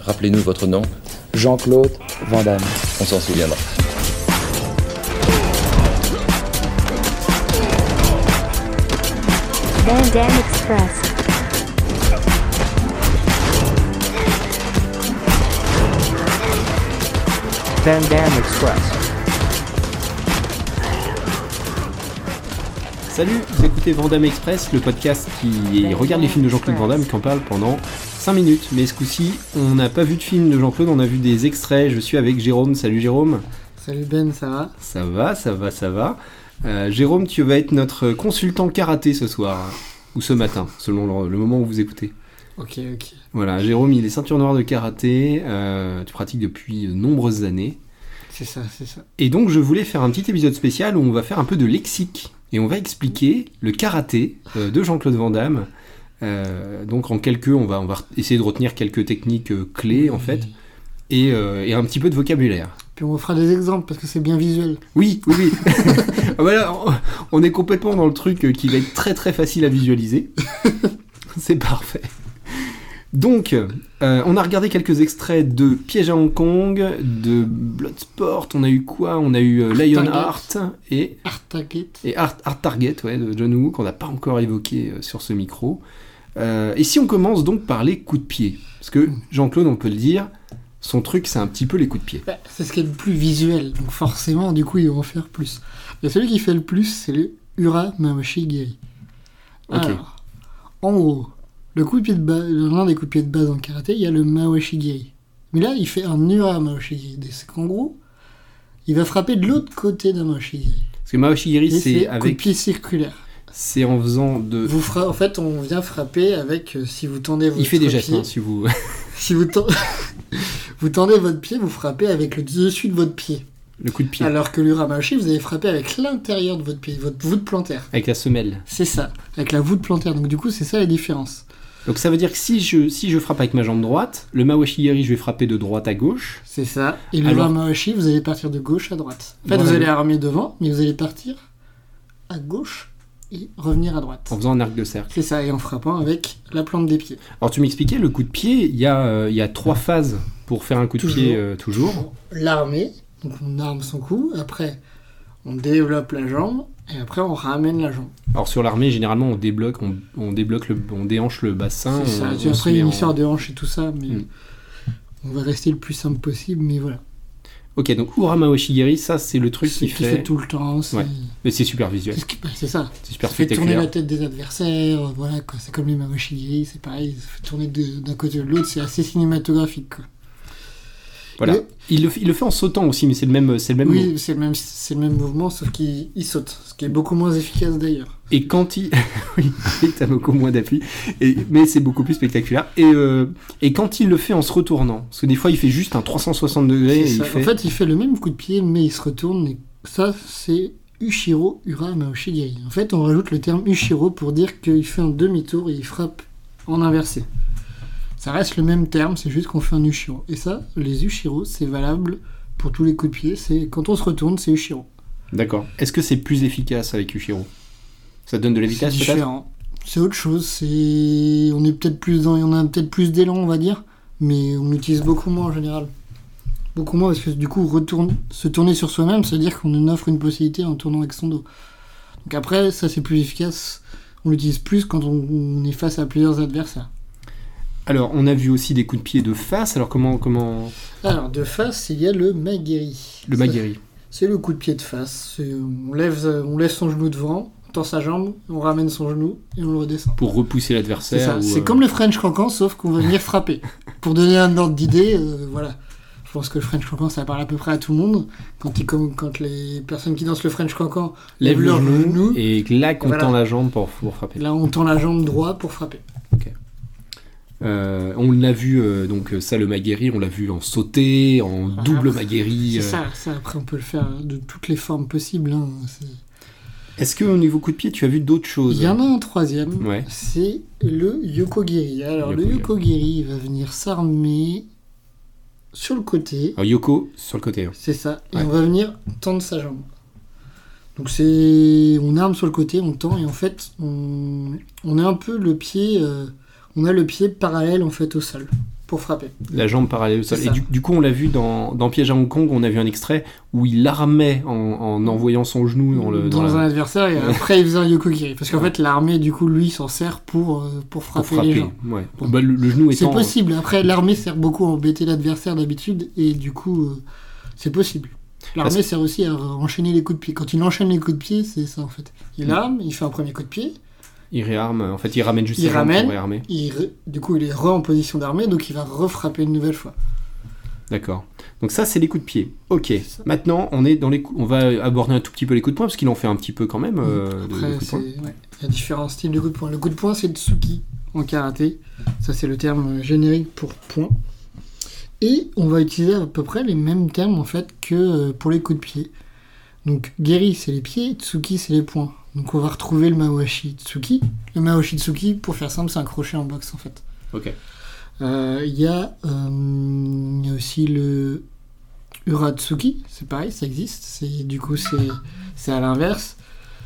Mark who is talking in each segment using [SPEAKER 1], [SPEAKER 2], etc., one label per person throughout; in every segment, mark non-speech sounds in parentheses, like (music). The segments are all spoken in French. [SPEAKER 1] Rappelez-nous votre nom,
[SPEAKER 2] Jean-Claude Van Damme.
[SPEAKER 1] on s'en souviendra.
[SPEAKER 3] Van Dam Express.
[SPEAKER 4] Van Damme Express.
[SPEAKER 5] Salut, vous écoutez Vandame Express, le podcast qui regarde les films de Jean-Claude Van Damme, qui en parle pendant 5 minutes. Mais ce coup-ci, on n'a pas vu de film de Jean-Claude, on a vu des extraits. Je suis avec Jérôme. Salut Jérôme.
[SPEAKER 6] Salut Ben, ça va
[SPEAKER 5] Ça va, ça va, ça va. Euh, Jérôme, tu vas être notre consultant karaté ce soir, hein, ou ce matin, selon le, le moment où vous écoutez.
[SPEAKER 6] Ok, ok.
[SPEAKER 5] Voilà, Jérôme, il est ceinture noire de karaté, euh, tu pratiques depuis de nombreuses années.
[SPEAKER 6] C'est ça, c'est ça.
[SPEAKER 5] Et donc, je voulais faire un petit épisode spécial où on va faire un peu de lexique et on va expliquer le karaté euh, de Jean-Claude Van Damme. Euh, donc, en quelques, on va, on va essayer de retenir quelques techniques euh, clés en fait et, euh, et un petit peu de vocabulaire.
[SPEAKER 6] Puis on vous fera des exemples parce que c'est bien visuel.
[SPEAKER 5] Oui, oui, (laughs) oui. Ah bah là, on- on est complètement dans le truc euh, qui va être très très facile à visualiser. (laughs) C'est parfait. Donc, euh, on a regardé quelques extraits de Piège à Hong Kong, de Bloodsport, on a eu quoi On a eu euh, Lionheart et,
[SPEAKER 6] Art Target.
[SPEAKER 5] et Art, Art Target ouais, de John Woo qu'on n'a pas encore évoqué euh, sur ce micro. Euh, et si on commence donc par les coups de pied Parce
[SPEAKER 6] Mm.
[SPEAKER 5] que Jean-Claude, on peut le dire, son truc c'est un petit peu les coups de pied.
[SPEAKER 6] Bah, c'est ce qui est le plus visuel, donc forcément, du coup, ils vont en faire plus. Et celui qui fait le plus, c'est le Ura Mamoshigiri.
[SPEAKER 5] Ok.
[SPEAKER 6] Alors, en gros, le coup de pied de base, l'un des coups de pied de base en karaté, il y a le Mamoshigiri. Mais là, il fait un Ura Mamoshigiri. C'est qu'en gros, il va frapper de l'autre côté d'un Mamoshigiri.
[SPEAKER 5] Parce que Maoshigiri,
[SPEAKER 6] Et c'est
[SPEAKER 5] c'est
[SPEAKER 6] coup de
[SPEAKER 5] avec,
[SPEAKER 6] pied circulaire.
[SPEAKER 5] c'est en faisant de,
[SPEAKER 6] Vous fra- En fait, on vient frapper avec, euh, si vous tendez votre
[SPEAKER 5] Il fait des gestes,
[SPEAKER 6] pied-
[SPEAKER 5] hein, si vous. (laughs)
[SPEAKER 6] Si vous, ten- (laughs) vous tendez votre pied, vous frappez avec le dessus de votre pied.
[SPEAKER 5] le coup de pied.
[SPEAKER 6] Alors que l'uramachi, vous allez frapper avec l'intérieur de votre pied, votre voûte plantaire.
[SPEAKER 5] Avec la semelle.
[SPEAKER 6] C'est ça, avec la voûte plantaire. Donc du coup, c'est ça la différence.
[SPEAKER 5] Donc ça veut dire que si je, si je frappe avec ma jambe droite, le mawashigiri, je vais frapper de droite à gauche.
[SPEAKER 6] C'est ça. Et
[SPEAKER 5] Alors-
[SPEAKER 6] l'uramachi, vous allez partir de gauche à droite. En fait,
[SPEAKER 5] Voilà.
[SPEAKER 6] vous allez armer devant, mais vous allez partir à gauche et revenir à droite.
[SPEAKER 5] En faisant un arc de cercle.
[SPEAKER 6] C'est ça, et en frappant avec la plante des pieds.
[SPEAKER 5] Alors tu m'expliquais, le coup de pied, il y, a, euh, il y a trois phases pour faire un coup de
[SPEAKER 6] Toujours.
[SPEAKER 5] pied euh, toujours.
[SPEAKER 6] l'armer, donc on arme son cou, après on développe la jambe, et après on ramène la jambe.
[SPEAKER 5] Alors sur l'armée, généralement, on débloque, on, on débloque le, on déhanche le bassin.
[SPEAKER 6] C'est ça.
[SPEAKER 5] on-
[SPEAKER 6] Puis
[SPEAKER 5] on se
[SPEAKER 6] après il y
[SPEAKER 5] met
[SPEAKER 6] a une
[SPEAKER 5] en-
[SPEAKER 6] histoire de hanche et tout ça, mais
[SPEAKER 5] Mm.
[SPEAKER 6] on va rester le plus simple possible, mais voilà.
[SPEAKER 5] Ok, donc Ura Mawashigiri, ça c'est le truc
[SPEAKER 6] Ce
[SPEAKER 5] qui fait...
[SPEAKER 6] tout le temps, c'est
[SPEAKER 5] Ouais. Mais c'est super
[SPEAKER 6] c'est
[SPEAKER 5] visuel,
[SPEAKER 6] ce qui- bah, c'est ça.
[SPEAKER 5] c'est super
[SPEAKER 6] Ça fait tourner la
[SPEAKER 5] spectaculaire.
[SPEAKER 6] tête des adversaires, voilà quoi. C'est comme les Mamoshigiri, c'est pareil, ça fait tourner de- d'un côté ou de l'autre, c'est assez cinématographique quoi.
[SPEAKER 5] Voilà.
[SPEAKER 6] Mais-
[SPEAKER 5] Il le, il le fait en sautant aussi, mais c'est le même, c'est le même mot.
[SPEAKER 6] oui, c'est le, même- c'est le même mouvement, sauf qu'il il saute, ce qui est beaucoup moins efficace d'ailleurs.
[SPEAKER 5] Et quand il. (laughs) oui, et t'as beaucoup moins d'appui. Et... Mais c'est beaucoup plus spectaculaire. Et, euh, et quand il le fait en se retournant. Parce que des fois, il fait juste un 360 degrés. Et
[SPEAKER 6] C'est
[SPEAKER 5] il
[SPEAKER 6] ça.
[SPEAKER 5] fait...
[SPEAKER 6] En fait, il fait le même coup de pied, mais il se retourne. Et ça, c'est Ushiro Ura Maoshigiri. En fait, on rajoute le terme Ushiro pour dire qu'il fait un demi-tour et il frappe en inversé. Ça reste le même terme, c'est juste qu'on fait un Ushiro. Et ça, les Ushiro, c'est valable pour tous les coups de pied. C'est quand on se retourne, c'est Ushiro.
[SPEAKER 5] D'accord. Est-ce que c'est plus efficace avec Ushiro Ça donne de la
[SPEAKER 6] C'est
[SPEAKER 5] vitesse peut-être
[SPEAKER 6] différent. C'est autre chose. C'est on est peut-être plus dans, on a peut-être plus d'élan, on va dire, mais on l'utilise beaucoup moins en général. Beaucoup moins parce que du coup, retourne, se tourner sur soi-même, c'est-à-dire qu'on en offre une possibilité en tournant avec son dos. Donc après, ça c'est plus efficace. On l'utilise plus quand on, on est face à plusieurs adversaires.
[SPEAKER 5] Alors, on a vu aussi des coups de pied de face. Alors, comment. comment...
[SPEAKER 6] Alors de face, il y a le maguiri.
[SPEAKER 5] Le
[SPEAKER 6] Ça,
[SPEAKER 5] Maguiri.
[SPEAKER 6] C'est le coup de pied de face. C'est- On lève, on lève son genou devant, on tend sa jambe, on ramène son genou et on le redescend.
[SPEAKER 5] Pour repousser
[SPEAKER 6] C'est
[SPEAKER 5] l'adversaire.
[SPEAKER 6] ça,
[SPEAKER 5] ou,
[SPEAKER 6] c'est
[SPEAKER 5] euh,
[SPEAKER 6] comme le French Cancan, sauf qu'on va
[SPEAKER 5] (laughs)
[SPEAKER 6] venir frapper. Pour donner un ordre d'idée, euh, voilà. Je pense que le French Cancan, ça parle à peu près à tout le monde. Quand, ils, com- quand les personnes qui dansent le French Cancan
[SPEAKER 5] Lève le
[SPEAKER 6] leurs
[SPEAKER 5] genou,
[SPEAKER 6] genoux,
[SPEAKER 5] et là, on
[SPEAKER 6] Voilà.
[SPEAKER 5] tend la jambe pour, pour frapper.
[SPEAKER 6] là, on tend la jambe droite pour frapper.
[SPEAKER 5] Euh, on l'a vu, euh, donc, ça, le Maguiri, on l'a vu en sauter, en
[SPEAKER 6] Ah,
[SPEAKER 5] double
[SPEAKER 6] c'est
[SPEAKER 5] Maguiri.
[SPEAKER 6] C'est
[SPEAKER 5] euh,
[SPEAKER 6] ça, ça, après, on peut le faire de toutes les formes possibles. hein. C'est-
[SPEAKER 5] Est-ce que au niveau coup de pied, tu as vu d'autres choses
[SPEAKER 6] Il y en a un troisième,
[SPEAKER 5] Ouais.
[SPEAKER 6] c'est le Yokogiri. Alors, le
[SPEAKER 5] Yokogiri.
[SPEAKER 6] Yokogiri il va venir s'armer sur le côté.
[SPEAKER 5] Alors, Yoko sur le côté. hein.
[SPEAKER 6] C'est ça. Et
[SPEAKER 5] Ouais.
[SPEAKER 6] on va venir tendre sa jambe. Donc c'est, on arme sur le côté, on tend et en fait on, on a un peu le pied, euh, on a le pied parallèle en fait au sol. pour frapper.
[SPEAKER 5] La jambe parallèle au sol.
[SPEAKER 6] C'est
[SPEAKER 5] Et
[SPEAKER 6] ça.
[SPEAKER 5] du, du coup, on l'a vu dans, dans Piège à Hong Kong, on a vu un extrait où il armait en, en envoyant son genou dans le. dans la-
[SPEAKER 6] un adversaire et après il faisait un yokogiri. Parce qu'en fait, l'armée, du coup, lui, s'en sert pour, euh, pour
[SPEAKER 5] pour
[SPEAKER 6] frapper, les
[SPEAKER 5] frapper.
[SPEAKER 6] gens.
[SPEAKER 5] Ouais. Bah, le, le genou
[SPEAKER 6] C'est
[SPEAKER 5] étant.
[SPEAKER 6] possible. Après, l'armée sert beaucoup à embêter l'adversaire d'habitude et du coup, euh, c'est possible. L'armée sert aussi à enchaîner les coups de pied. Quand il enchaîne les coups de pied, c'est ça en fait. Il
[SPEAKER 5] Mm.
[SPEAKER 6] arme, il fait un premier coup de pied,
[SPEAKER 5] euh, Il réarme. En fait, il ramène juste
[SPEAKER 6] Il
[SPEAKER 5] ses jambes
[SPEAKER 6] ramène.
[SPEAKER 5] pour réarmer.
[SPEAKER 6] il re- du coup, il est re en position d'armée, donc il va refrapper une nouvelle fois.
[SPEAKER 5] D'accord. Donc ça, c'est les coups de pied. Ok.
[SPEAKER 6] ça.
[SPEAKER 5] Maintenant, on est dans les. coups- On va aborder un tout petit peu les coups de poing parce qu'il en fait un petit peu quand même. euh, de- de
[SPEAKER 6] Mmh. Après,
[SPEAKER 5] coups de
[SPEAKER 6] c'est-
[SPEAKER 5] poing.
[SPEAKER 6] ouais, il y a différents styles de coup de poing. Le coup de poing, c'est le tsuki en karaté. Ça, c'est le terme euh, générique pour point. Et on va utiliser à peu près les mêmes termes en fait que euh, pour les coups de pied. Donc, guéri, c'est les pieds, tsuki, c'est les poings. Donc, on va retrouver le mawashi tsuki. Le mawashi tsuki, pour faire simple, c'est un crochet en boxe en fait.
[SPEAKER 5] Ok.
[SPEAKER 6] Euh, Il y, a, euh, il y a aussi le uratsuki, c'est pareil, ça existe. C'est- Du coup, c'est c'est à l'inverse.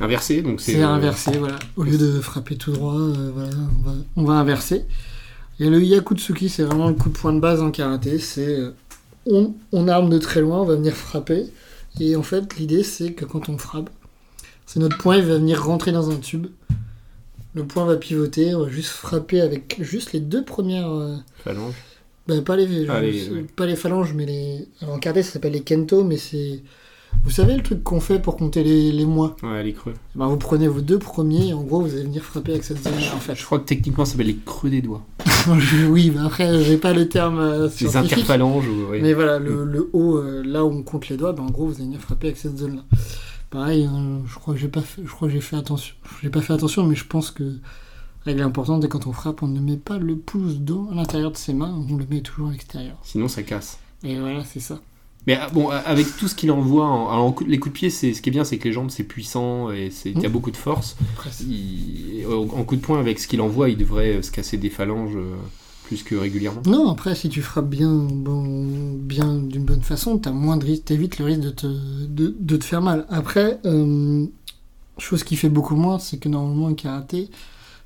[SPEAKER 5] Inversé. Donc c'est.
[SPEAKER 6] C'est
[SPEAKER 5] euh,
[SPEAKER 6] inversé, voilà. Au lieu de frapper tout droit, euh, voilà, on, va, on va inverser. Et le Yakutsuki, c'est vraiment le coup de poing de base en karaté. C'est euh, on, on arme de très loin, on va venir frapper. Et en fait, l'idée, c'est que quand on frappe, c'est notre poing, il va venir rentrer dans un tube. Le poing va pivoter, on va juste frapper avec juste les deux premières. euh,
[SPEAKER 5] phalange.
[SPEAKER 6] ben, pas les,
[SPEAKER 5] Ah, les-
[SPEAKER 6] c'est-
[SPEAKER 5] ouais.
[SPEAKER 6] pas les phalanges, mais les. Alors, en karaté, ça s'appelle les kento, mais c'est. Vous savez le truc qu'on fait pour compter les, les mois
[SPEAKER 5] Ouais, les creux.
[SPEAKER 6] bah, vous prenez vos deux premiers et en gros vous allez venir frapper avec cette zone en fait.
[SPEAKER 5] Je crois que techniquement, ça s'appelle les creux des doigts.
[SPEAKER 6] (laughs) oui, bah après j'ai pas le terme euh,
[SPEAKER 5] Les
[SPEAKER 6] scientifique.
[SPEAKER 5] interphalanges. ou- ouais.
[SPEAKER 6] Mais voilà, le, le haut, euh, là où on compte les doigts, bah, en gros vous allez venir frapper avec cette zone là. Pareil, euh, je crois que j'ai pas fait, je crois que j'ai fait attention. J'ai pas fait attention, mais je pense que la règle importante c'est quand on frappe, on ne met pas le pouce d'eau à l'intérieur de ses mains, on le met toujours à l'extérieur.
[SPEAKER 5] Sinon, ça casse.
[SPEAKER 6] Et voilà, c'est ça.
[SPEAKER 5] Mais ah, bon, avec tout ce qu'il envoie, en, alors, en coup- les coups de pied, c'est ce qui est bien, c'est que les jambes, c'est puissant et c'est
[SPEAKER 6] Mmh.
[SPEAKER 5] y a beaucoup de force.
[SPEAKER 6] Après, c'est-
[SPEAKER 5] Il- en en coup de poing, avec ce qu'il envoie, il devrait euh, se casser des phalanges euh, plus que régulièrement.
[SPEAKER 6] Non, après, si tu frappes bien, bon, bien d'une bonne façon, t'as moins de risque, t'évites le risque de te, de, de te faire mal. Après, euh, chose qui fait beaucoup moins, c'est que normalement, le karaté,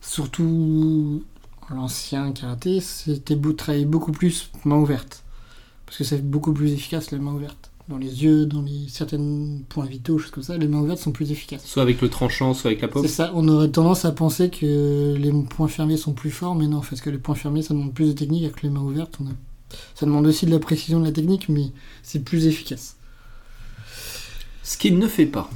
[SPEAKER 6] surtout l'ancien karaté, c'était beau travailler beaucoup plus main ouverte. Parce que c'est beaucoup plus efficace, les mains ouvertes. Dans les yeux, dans les certains points vitaux, choses comme ça, les mains ouvertes sont plus efficaces.
[SPEAKER 5] Soit avec le tranchant, soit avec la paume.
[SPEAKER 6] C'est ça, on aurait tendance à penser que les points fermés sont plus forts, mais non, parce que les points fermés, ça demande plus de technique, avec les mains ouvertes, on a... ça demande aussi de la précision de la technique, mais c'est plus efficace.
[SPEAKER 5] Ce qu'il ne fait pas.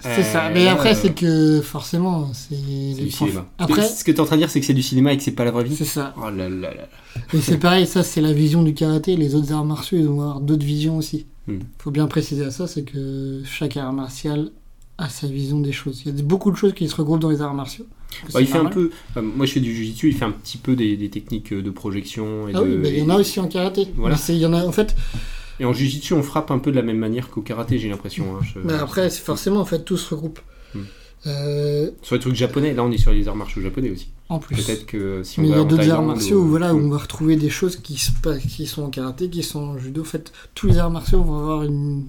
[SPEAKER 6] C'est
[SPEAKER 5] Euh,
[SPEAKER 6] ça, mais
[SPEAKER 5] là,
[SPEAKER 6] après,
[SPEAKER 5] euh,
[SPEAKER 6] c'est que forcément, c'est
[SPEAKER 5] C'est hein.
[SPEAKER 6] les
[SPEAKER 5] du
[SPEAKER 6] points-
[SPEAKER 5] cinéma.
[SPEAKER 6] Après,
[SPEAKER 5] ce que tu es en train de dire, c'est que c'est du cinéma et que c'est pas la vraie vie.
[SPEAKER 6] c'est ça.
[SPEAKER 5] Oh là là là.
[SPEAKER 6] Et c'est pareil, ça, c'est la vision du karaté, les autres arts martiaux, ils vont avoir d'autres visions aussi.
[SPEAKER 5] Hmm.
[SPEAKER 6] faut bien préciser à ça, c'est que chaque art martial a sa vision des choses. Il y a beaucoup de choses qui se regroupent dans les arts martiaux.
[SPEAKER 5] Bah, il
[SPEAKER 6] C'est
[SPEAKER 5] fait un
[SPEAKER 6] normal.
[SPEAKER 5] peu. euh, moi, je fais du jujitsu, il fait un petit peu des, des techniques euh, de projection. Et
[SPEAKER 6] Ah
[SPEAKER 5] de-
[SPEAKER 6] oui, mais il y en a
[SPEAKER 5] et-
[SPEAKER 6] aussi en karaté.
[SPEAKER 5] Voilà.
[SPEAKER 6] Mais c'est- Il y en a, en fait,
[SPEAKER 5] Et en jujitsu, on frappe un peu de la même manière qu'au karaté, j'ai l'impression. hein. Je-
[SPEAKER 6] Mais après, c'est forcément, en fait, tout se regroupe.
[SPEAKER 5] Hmm.
[SPEAKER 6] Euh,
[SPEAKER 5] Sur les trucs japonais, là, on est sur les arts martiaux japonais aussi.
[SPEAKER 6] en plus.
[SPEAKER 5] Peut-être que si on
[SPEAKER 6] Mais il y
[SPEAKER 5] va
[SPEAKER 6] a
[SPEAKER 5] en
[SPEAKER 6] d'autres arts
[SPEAKER 5] Thaïlande
[SPEAKER 6] martiaux
[SPEAKER 5] ou-
[SPEAKER 6] où, voilà,
[SPEAKER 5] Mm.
[SPEAKER 6] où on va retrouver des choses qui, se pa- qui sont en karaté, qui sont en judo. En fait, tous les arts martiaux vont avoir une-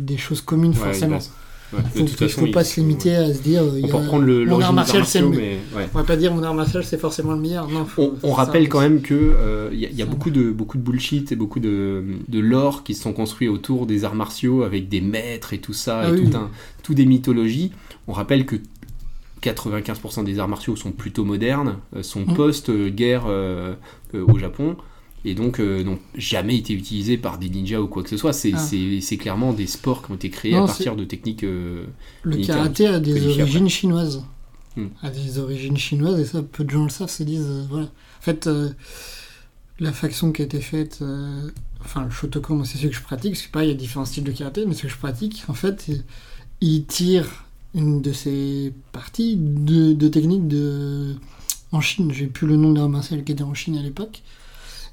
[SPEAKER 6] des choses communes,
[SPEAKER 5] Ouais,
[SPEAKER 6] forcément.
[SPEAKER 5] il passe. Ouais, de
[SPEAKER 6] Il ne
[SPEAKER 5] toute
[SPEAKER 6] faut,
[SPEAKER 5] façon,
[SPEAKER 6] pas se limiter à se dire. euh, il
[SPEAKER 5] On
[SPEAKER 6] y
[SPEAKER 5] peut
[SPEAKER 6] a-
[SPEAKER 5] reprendre le-
[SPEAKER 6] mon art
[SPEAKER 5] l'origine des arts
[SPEAKER 6] martial, c'est le
[SPEAKER 5] martiaux,
[SPEAKER 6] mieux.
[SPEAKER 5] mais ouais.
[SPEAKER 6] On va pas dire mon art martial, c'est forcément le meilleur. Non, faut-
[SPEAKER 5] On, on
[SPEAKER 6] faut
[SPEAKER 5] rappelle
[SPEAKER 6] ça.
[SPEAKER 5] quand même que euh, il y a, il y a
[SPEAKER 6] Ça
[SPEAKER 5] beaucoup de beaucoup de bullshit et beaucoup de, de lore qui se sont construits autour des arts martiaux avec des maîtres et tout ça
[SPEAKER 6] Ah
[SPEAKER 5] et
[SPEAKER 6] oui.
[SPEAKER 5] tout un tout des mythologies. On rappelle que 95% des arts martiaux sont plutôt modernes, euh, sont
[SPEAKER 6] Mm.
[SPEAKER 5] post-guerre euh, euh, au Japon et donc euh, n'ont jamais été utilisés par des ninjas ou quoi que ce soit. C'est
[SPEAKER 6] Ah.
[SPEAKER 5] c'est- c'est clairement des sports qui ont été créés à
[SPEAKER 6] Non,
[SPEAKER 5] partir de techniques. euh,
[SPEAKER 6] Le
[SPEAKER 5] Militaire,
[SPEAKER 6] karaté a
[SPEAKER 5] que
[SPEAKER 6] des
[SPEAKER 5] d'ici après.
[SPEAKER 6] origines chinoises.
[SPEAKER 5] Hmm.
[SPEAKER 6] A des origines chinoises, et ça, peu de gens le savent, se disent. euh, voilà. En fait, euh, la faction qui a été faite, euh, enfin, le Shotokan, moi, c'est celui que je pratique, parce que pareil, il y a différents styles de karaté, mais ce que je pratique, en fait, il- il tire une de ses parties de, de techniques de... en Chine. J'ai plus le nom de l'art martial qui était en Chine à l'époque.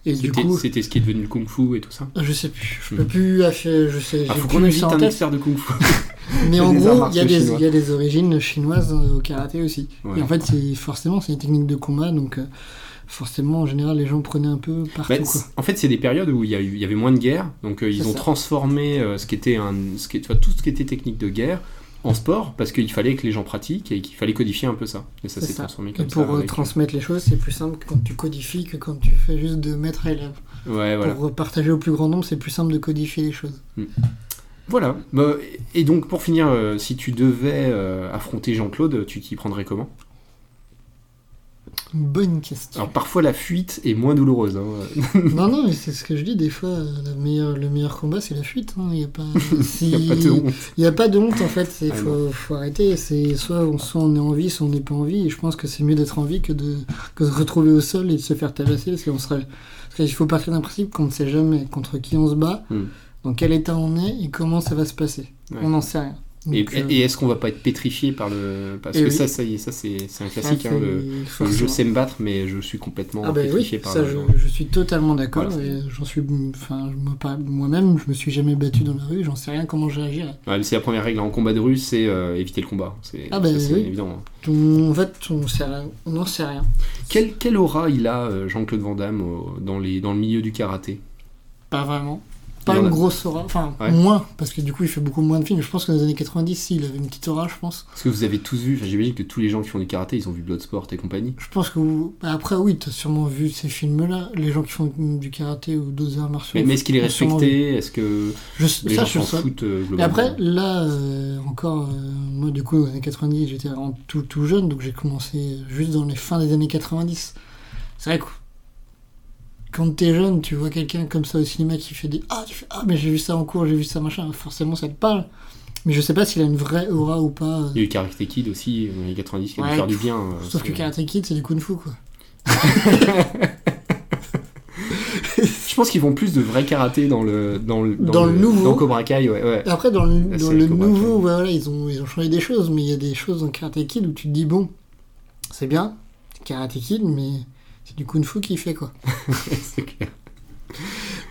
[SPEAKER 6] Et du
[SPEAKER 5] C'était
[SPEAKER 6] coup,
[SPEAKER 5] c'était ce qui est devenu le kung-fu et tout ça.
[SPEAKER 6] je sais plus, je
[SPEAKER 5] Hmm.
[SPEAKER 6] peux plus, affaire- je sais,
[SPEAKER 5] Ah,
[SPEAKER 6] j'ai
[SPEAKER 5] faut
[SPEAKER 6] plus
[SPEAKER 5] qu'on invite
[SPEAKER 6] ça en
[SPEAKER 5] un
[SPEAKER 6] tête.
[SPEAKER 5] expert de
[SPEAKER 6] (laughs)
[SPEAKER 5] kung-fu.
[SPEAKER 6] Mais
[SPEAKER 5] Et
[SPEAKER 6] en
[SPEAKER 5] des arts
[SPEAKER 6] gros, il y,
[SPEAKER 5] martiaux
[SPEAKER 6] a des-
[SPEAKER 5] chinois.
[SPEAKER 6] il y a des origines chinoises euh, au karaté aussi.
[SPEAKER 5] Ouais.
[SPEAKER 6] Et en fait, c'est- forcément, c'est une technique de combat, donc euh, forcément, en général, les gens prenaient un peu partout.
[SPEAKER 5] Bah,
[SPEAKER 6] quoi.
[SPEAKER 5] c- en fait, c'est des périodes où il y, a eu- il y avait moins de guerre, donc euh, ils
[SPEAKER 6] C'est
[SPEAKER 5] ont
[SPEAKER 6] ça.
[SPEAKER 5] transformé euh, ce qui était un, ce qui, tu vois, tout ce qui était technique de guerre en sport parce qu'il fallait que les gens pratiquent et qu'il fallait codifier un peu ça. Et ça
[SPEAKER 6] C'est
[SPEAKER 5] s'est
[SPEAKER 6] ça.
[SPEAKER 5] transformé
[SPEAKER 6] Et
[SPEAKER 5] comme ça.
[SPEAKER 6] pour euh,
[SPEAKER 5] avec-
[SPEAKER 6] transmettre les choses, c'est plus simple quand tu codifies que quand tu fais juste de maître à élève.
[SPEAKER 5] Ouais, voilà.
[SPEAKER 6] Pour euh, partager au plus grand nombre, c'est plus simple de codifier les choses.
[SPEAKER 5] Voilà. Bah, et donc, pour finir, euh, si tu devais euh, affronter Jean-Claude, tu t'y prendrais comment
[SPEAKER 6] Bonne question.
[SPEAKER 5] Alors, parfois, la fuite est moins douloureuse. hein.
[SPEAKER 6] Non, non, mais c'est ce que je dis. Des fois, euh, la meilleure, le meilleur combat, c'est la fuite. hein. Il n'y
[SPEAKER 5] (laughs)
[SPEAKER 6] a pas.
[SPEAKER 5] Il
[SPEAKER 6] si-
[SPEAKER 5] y a pas de honte.
[SPEAKER 6] Il n'y a pas de honte en fait, il
[SPEAKER 5] Ah
[SPEAKER 6] faut, faut arrêter. C'est soit on, soit on est en vie, soit on n'est pas en vie. Et je pense que c'est mieux d'être en vie que de, que de se retrouver au sol et de se faire tabasser. Parce qu'on sera- parce qu'il faut partir d'un principe qu'on ne sait jamais contre qui on se bat,
[SPEAKER 5] Hmm.
[SPEAKER 6] dans quel état on est et comment ça va se passer.
[SPEAKER 5] Ouais.
[SPEAKER 6] On n'en sait rien.
[SPEAKER 5] Et,
[SPEAKER 6] Donc, euh,
[SPEAKER 5] et est-ce qu'on va pas être pétrifié par le. Parce
[SPEAKER 6] Eh
[SPEAKER 5] que
[SPEAKER 6] oui.
[SPEAKER 5] ça, ça, y est, ça c'est c'est un
[SPEAKER 6] ça,
[SPEAKER 5] classique. hein,
[SPEAKER 6] c'est
[SPEAKER 5] le- le
[SPEAKER 6] forcément-
[SPEAKER 5] je sais me battre, mais je suis complètement
[SPEAKER 6] Ah ben
[SPEAKER 5] pétrifié
[SPEAKER 6] oui,
[SPEAKER 5] par
[SPEAKER 6] ça
[SPEAKER 5] le.
[SPEAKER 6] je, je suis totalement d'accord.
[SPEAKER 5] Voilà.
[SPEAKER 6] et J'en suis, enfin, je me par- moi-même, je me suis jamais battu dans la rue. J'en sais rien comment je réagirais.
[SPEAKER 5] Ouais, mais c'est la première règle en combat de rue, c'est euh, éviter le combat. C'est
[SPEAKER 6] Ah ben
[SPEAKER 5] ça, c'est
[SPEAKER 6] oui.
[SPEAKER 5] évident. hein.
[SPEAKER 6] Donc, en fait, on sait rien- on n'en sait rien.
[SPEAKER 5] Quelle, quelle aura il a, euh, Jean-Claude Van Damme, au- dans, les, dans le milieu du karaté
[SPEAKER 6] Pas vraiment. Pas
[SPEAKER 5] Il y en
[SPEAKER 6] une
[SPEAKER 5] a.
[SPEAKER 6] grosse aura. Enfin,
[SPEAKER 5] Ouais.
[SPEAKER 6] moins, parce que du coup, il fait beaucoup moins de films. Je pense que dans les années 90, si, il avait une petite aura, je pense.
[SPEAKER 5] Parce que vous avez tous vu, enfin, j'imagine que tous les gens qui font du karaté, ils ont vu Bloodsport et compagnie.
[SPEAKER 6] Je pense que. vous- bah, après, oui, t'as sûrement vu ces films-là. Les gens qui font du karaté ou d'autres arts martiaux.
[SPEAKER 5] Mais, mais est-ce qu'il est
[SPEAKER 6] ont sûrement vu.
[SPEAKER 5] respecté Est-ce que
[SPEAKER 6] Je,
[SPEAKER 5] les
[SPEAKER 6] ça, je
[SPEAKER 5] gens
[SPEAKER 6] sais.
[SPEAKER 5] s'en foutent euh,
[SPEAKER 6] Et
[SPEAKER 5] globalement
[SPEAKER 6] après, là, euh, encore, euh, moi, du coup, dans les années 90, j'étais vraiment tout, tout jeune, donc j'ai commencé juste dans les fins des années 90. C'est vrai que quand t'es jeune, tu vois quelqu'un comme ça au cinéma qui fait des Ah, tu fais, ah mais j'ai vu ça en cours, j'ai vu ça machin, forcément ça te parle. Mais je sais pas s'il a une vraie aura ou pas. euh.
[SPEAKER 5] Il y a eu Karate Kid aussi, euh, dans les 90, qui a dû
[SPEAKER 6] Ouais,
[SPEAKER 5] faire du bien. euh,
[SPEAKER 6] Sauf
[SPEAKER 5] parce
[SPEAKER 6] que
[SPEAKER 5] que-
[SPEAKER 6] Karate Kid, c'est du Kung Fu, quoi.
[SPEAKER 5] Je pense qu'ils font plus de vrai karaté dans le dans le
[SPEAKER 6] Dans le nouveau.
[SPEAKER 5] dans Cobra Kai, ouais. ouais. (laughs)
[SPEAKER 6] Et Après, dans le,
[SPEAKER 5] La
[SPEAKER 6] dans
[SPEAKER 5] série
[SPEAKER 6] le
[SPEAKER 5] Cobra
[SPEAKER 6] nouveau,
[SPEAKER 5] Kai.
[SPEAKER 6] voilà, ils ont, ils ont changé des choses, mais il y a des choses dans Karate Kid où tu te dis, bon, c'est bien, c'est Karate Kid, mais c'est du Kung Fu qui fait, quoi.
[SPEAKER 5] c'est clair.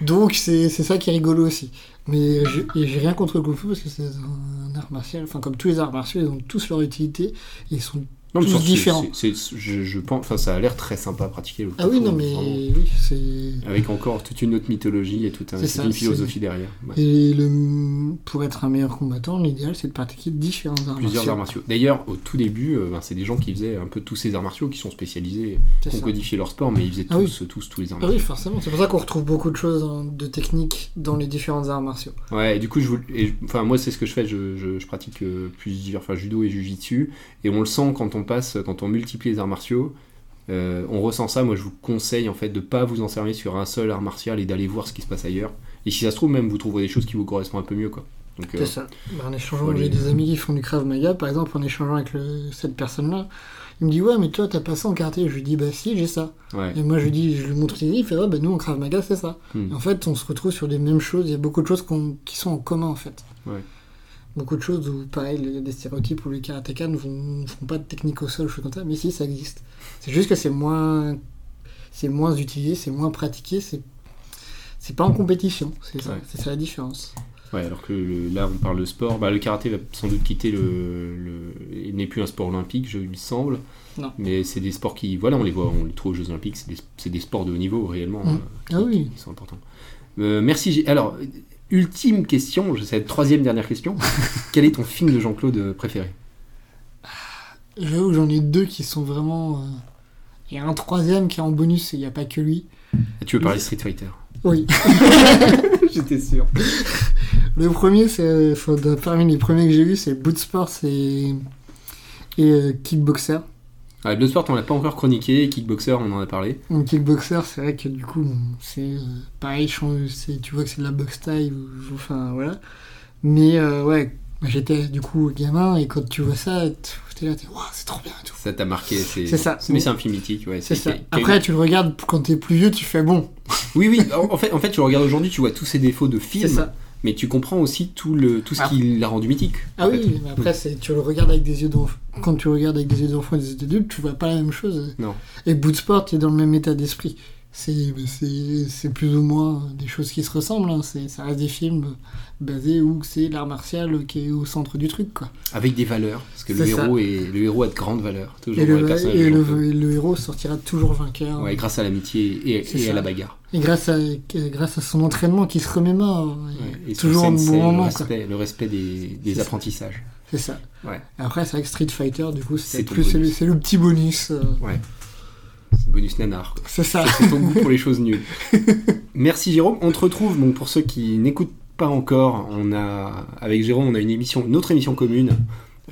[SPEAKER 6] Donc c'est c'est ça qui est rigolo aussi. Mais je- et j'ai rien contre le Kung Fu parce que c'est un art martial, enfin comme tous les arts martiaux, ils ont tous leur utilité et ils sont...
[SPEAKER 5] Non, mais
[SPEAKER 6] Tous
[SPEAKER 5] surtout, c'est-
[SPEAKER 6] différents.
[SPEAKER 5] c'est- c'est- je, je pense, enfin, ça a l'air très sympa à pratiquer. le
[SPEAKER 6] Ah oui,
[SPEAKER 5] kung-fu,
[SPEAKER 6] non mais
[SPEAKER 5] vraiment.
[SPEAKER 6] oui, c'est...
[SPEAKER 5] Avec encore toute une autre mythologie et toute un-
[SPEAKER 6] C'est
[SPEAKER 5] toute
[SPEAKER 6] ça,
[SPEAKER 5] une
[SPEAKER 6] c'est-
[SPEAKER 5] philosophie derrière. Ouais.
[SPEAKER 6] Et le, pour être un meilleur combattant, l'idéal c'est de pratiquer différents arts
[SPEAKER 5] Plusieurs
[SPEAKER 6] martiaux.
[SPEAKER 5] arts martiaux. D'ailleurs, au tout début, euh, ben, c'est des gens qui faisaient un peu tous ces arts martiaux, qui sont spécialisés,
[SPEAKER 6] C'est
[SPEAKER 5] qui ont
[SPEAKER 6] ça.
[SPEAKER 5] codifié leur sport, mais ils faisaient
[SPEAKER 6] Ah oui.
[SPEAKER 5] tous, tous, tous les arts
[SPEAKER 6] Ah
[SPEAKER 5] martiaux.
[SPEAKER 6] oui, forcément. C'est pour ça qu'on retrouve beaucoup de choses hein, de techniques dans les différents arts martiaux.
[SPEAKER 5] Ouais, et du coup, je voulais- et je- enfin, moi, c'est ce que je fais. Je, je- je pratique euh, plusieurs, enfin, judo et jujitsu. Et on le sent quand on passe, quand on multiplie les arts martiaux. euh, on ressent ça. Moi, je vous conseille, en fait, de pas vous enfermer sur un seul art martial et d'aller voir ce qui se passe ailleurs. Et si ça se trouve, même, vous trouverez des choses qui vous correspondent un peu mieux, quoi. Donc, euh,
[SPEAKER 6] C'est ça. Bah, en échangeant,
[SPEAKER 5] faut aller-
[SPEAKER 6] j'ai des amis qui font du Krav Maga, par exemple, en échangeant avec le- cette personne-là, il me dit Ouais, mais toi, t'as pas ça en karaté Je lui dis Bah si, j'ai ça.
[SPEAKER 5] ouais.
[SPEAKER 6] Et moi, je lui dis, je lui montre l'idée, il fait, ouais, bah nous, en Krav Maga, c'est ça.
[SPEAKER 5] Hmm.
[SPEAKER 6] Et en fait, on se retrouve sur les mêmes choses, il y a beaucoup de choses qu'on- qui sont en commun, en fait.
[SPEAKER 5] Ouais.
[SPEAKER 6] Beaucoup de choses où, pareil, il y a des stéréotypes où les karatékas ne font, ne font pas de technique au sol, choses comme ça, mais si, ça existe. C'est juste que c'est moins, c'est moins utilisé, c'est moins pratiqué, c'est, c'est pas en compétition, c'est ça,
[SPEAKER 5] Ouais.
[SPEAKER 6] c'est ça la différence.
[SPEAKER 5] Ouais, alors que le- là, on parle de sport. Bah, le karaté va sans doute quitter le. le- il n'est plus un sport olympique, je, il me semble.
[SPEAKER 6] Non.
[SPEAKER 5] Mais c'est des sports qui. Voilà, on les voit, on les trouve aux Jeux Olympiques. C'est des, c'est des sports de haut niveau, réellement.
[SPEAKER 6] Mm.
[SPEAKER 5] euh, qui,
[SPEAKER 6] Ah oui.
[SPEAKER 5] qui- qui sont importants. Euh, merci. Gé- Alors, ultime question, je sais, troisième dernière
[SPEAKER 6] (laughs)
[SPEAKER 5] question. Quel est ton film de Jean-Claude euh, préféré
[SPEAKER 6] J'avoue que j'en ai deux qui sont vraiment. euh, Il y a un troisième qui est en bonus et il n'y a pas que lui.
[SPEAKER 5] Ah, Tu veux parler Street
[SPEAKER 6] (laughs)
[SPEAKER 5] Fighter
[SPEAKER 6] Oui.
[SPEAKER 5] J'étais sûr.
[SPEAKER 6] Le premier, c'est euh, enfin, de- parmi les premiers que j'ai vus, c'est Bootsports et, et euh, Kickboxer.
[SPEAKER 5] Ouais, Bloodsport, Ah, on l'a pas encore chroniqué. Kickboxer, on en a parlé.
[SPEAKER 6] Donc Kickboxer, c'est vrai que du coup, bon, c'est euh, pareil, je- c'est- tu vois que c'est de la boxe taille, ou- enfin voilà. Mais euh, ouais, bah, j'étais du coup gamin et quand tu vois ça, t'es là, t'es Waouh, c'est trop bien et tout.
[SPEAKER 5] Ça t'a marqué.
[SPEAKER 6] C'est ça.
[SPEAKER 5] Mais c'est un film mythique, ouais.
[SPEAKER 6] C'est ça.
[SPEAKER 5] qui a- qui a eu-
[SPEAKER 6] Après, tu le regardes quand t'es plus vieux, tu fais bon.
[SPEAKER 5] Oui, oui. En en fait, en fait, tu le regardes aujourd'hui, tu vois tous ses défauts de film.
[SPEAKER 6] C'est ça.
[SPEAKER 5] Mais tu comprends aussi tout, le, tout ce
[SPEAKER 6] Ah.
[SPEAKER 5] qui l'a rendu mythique.
[SPEAKER 6] Ah
[SPEAKER 5] en fait.
[SPEAKER 6] oui, mais après, c'est- tu le regardes avec des yeux d'enfant. Quand tu le regardes avec des yeux d'enfant et des yeux d'adulte, tu vois pas la même chose.
[SPEAKER 5] Non.
[SPEAKER 6] Et Bootsport est dans le même état d'esprit. C'est c'est- c'est plus ou moins des choses qui se ressemblent. hein. C'est- Ça reste des films basés où c'est l'art martial qui est au centre du truc. Quoi.
[SPEAKER 5] Avec des valeurs. Parce que le
[SPEAKER 6] C'est ça.
[SPEAKER 5] héros, est, le héros a de grandes valeurs. Toujours
[SPEAKER 6] Et,
[SPEAKER 5] dans
[SPEAKER 6] le,
[SPEAKER 5] les personnages de
[SPEAKER 6] et le-
[SPEAKER 5] Jean-Claude.
[SPEAKER 6] et le héros sortira toujours vainqueur.
[SPEAKER 5] Ouais, grâce à l'amitié et,
[SPEAKER 6] C'est
[SPEAKER 5] et à
[SPEAKER 6] ça.
[SPEAKER 5] la bagarre.
[SPEAKER 6] Et grâce à, grâce à son entraînement qui se remémore. hein,
[SPEAKER 5] Ouais.
[SPEAKER 6] et
[SPEAKER 5] Et son
[SPEAKER 6] toujours au
[SPEAKER 5] sensei,
[SPEAKER 6] bon moment.
[SPEAKER 5] le
[SPEAKER 6] quoi.
[SPEAKER 5] respect, le respect des, des
[SPEAKER 6] C'est ça.
[SPEAKER 5] apprentissages.
[SPEAKER 6] C'est ça.
[SPEAKER 5] Ouais.
[SPEAKER 6] Après, c'est vrai que Street Fighter, du coup,
[SPEAKER 5] C'est
[SPEAKER 6] c'est
[SPEAKER 5] ton
[SPEAKER 6] plus c'est le,
[SPEAKER 5] bonus.
[SPEAKER 6] c'est le petit bonus. euh,
[SPEAKER 5] Ouais. C'est bonus nanar. quoi.
[SPEAKER 6] c'est ça.
[SPEAKER 5] C'est ton goût pour les choses nulles. Merci Jérôme. On te retrouve, bon, pour ceux qui n'écoutent pas encore, on a, avec Jérôme, on a une émission, une autre émission commune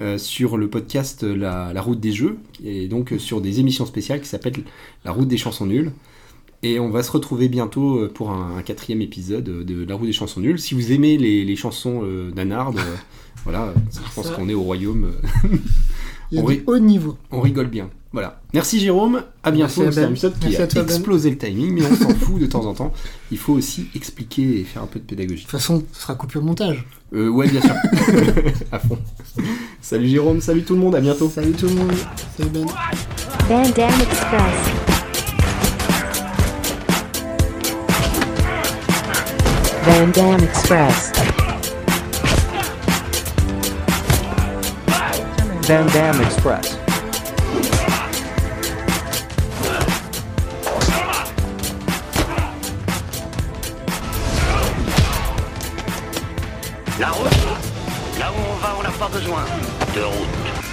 [SPEAKER 5] euh, sur le podcast euh, la, La Route des Jeux, et donc euh, sur des émissions spéciales qui s'appellent La Route des Chansons Nulles. Et on va se retrouver bientôt euh, pour un, un quatrième épisode euh, de La Route des Chansons Nulles. Si vous aimez les, les chansons euh, nanardes, euh, voilà, je pense
[SPEAKER 6] Ça.
[SPEAKER 5] qu'on est au royaume. euh,
[SPEAKER 6] Il y a
[SPEAKER 5] On
[SPEAKER 6] du
[SPEAKER 5] rit.
[SPEAKER 6] haut niveau.
[SPEAKER 5] on rigole bien. Voilà. Merci Jérôme. À bientôt.
[SPEAKER 6] Merci à
[SPEAKER 5] C'est un
[SPEAKER 6] Ben.
[SPEAKER 5] épisode qui
[SPEAKER 6] Merci
[SPEAKER 5] a
[SPEAKER 6] à toi, Ben.
[SPEAKER 5] explosé le timing, mais on s'en fout de temps en temps. Il faut aussi expliquer et faire un peu de pédagogie.
[SPEAKER 6] De toute façon, ce sera coupé au montage.
[SPEAKER 5] Euh, ouais, bien
[SPEAKER 6] (laughs)
[SPEAKER 5] sûr. (laughs) à fond. Salut Jérôme. Salut tout le monde. À bientôt.
[SPEAKER 6] Salut tout le monde. Salut Ben.
[SPEAKER 1] Van Dam Express. Van Dam Express.
[SPEAKER 4] Van Dam Express.
[SPEAKER 3] La route, là où on va, on n'a pas besoin de route.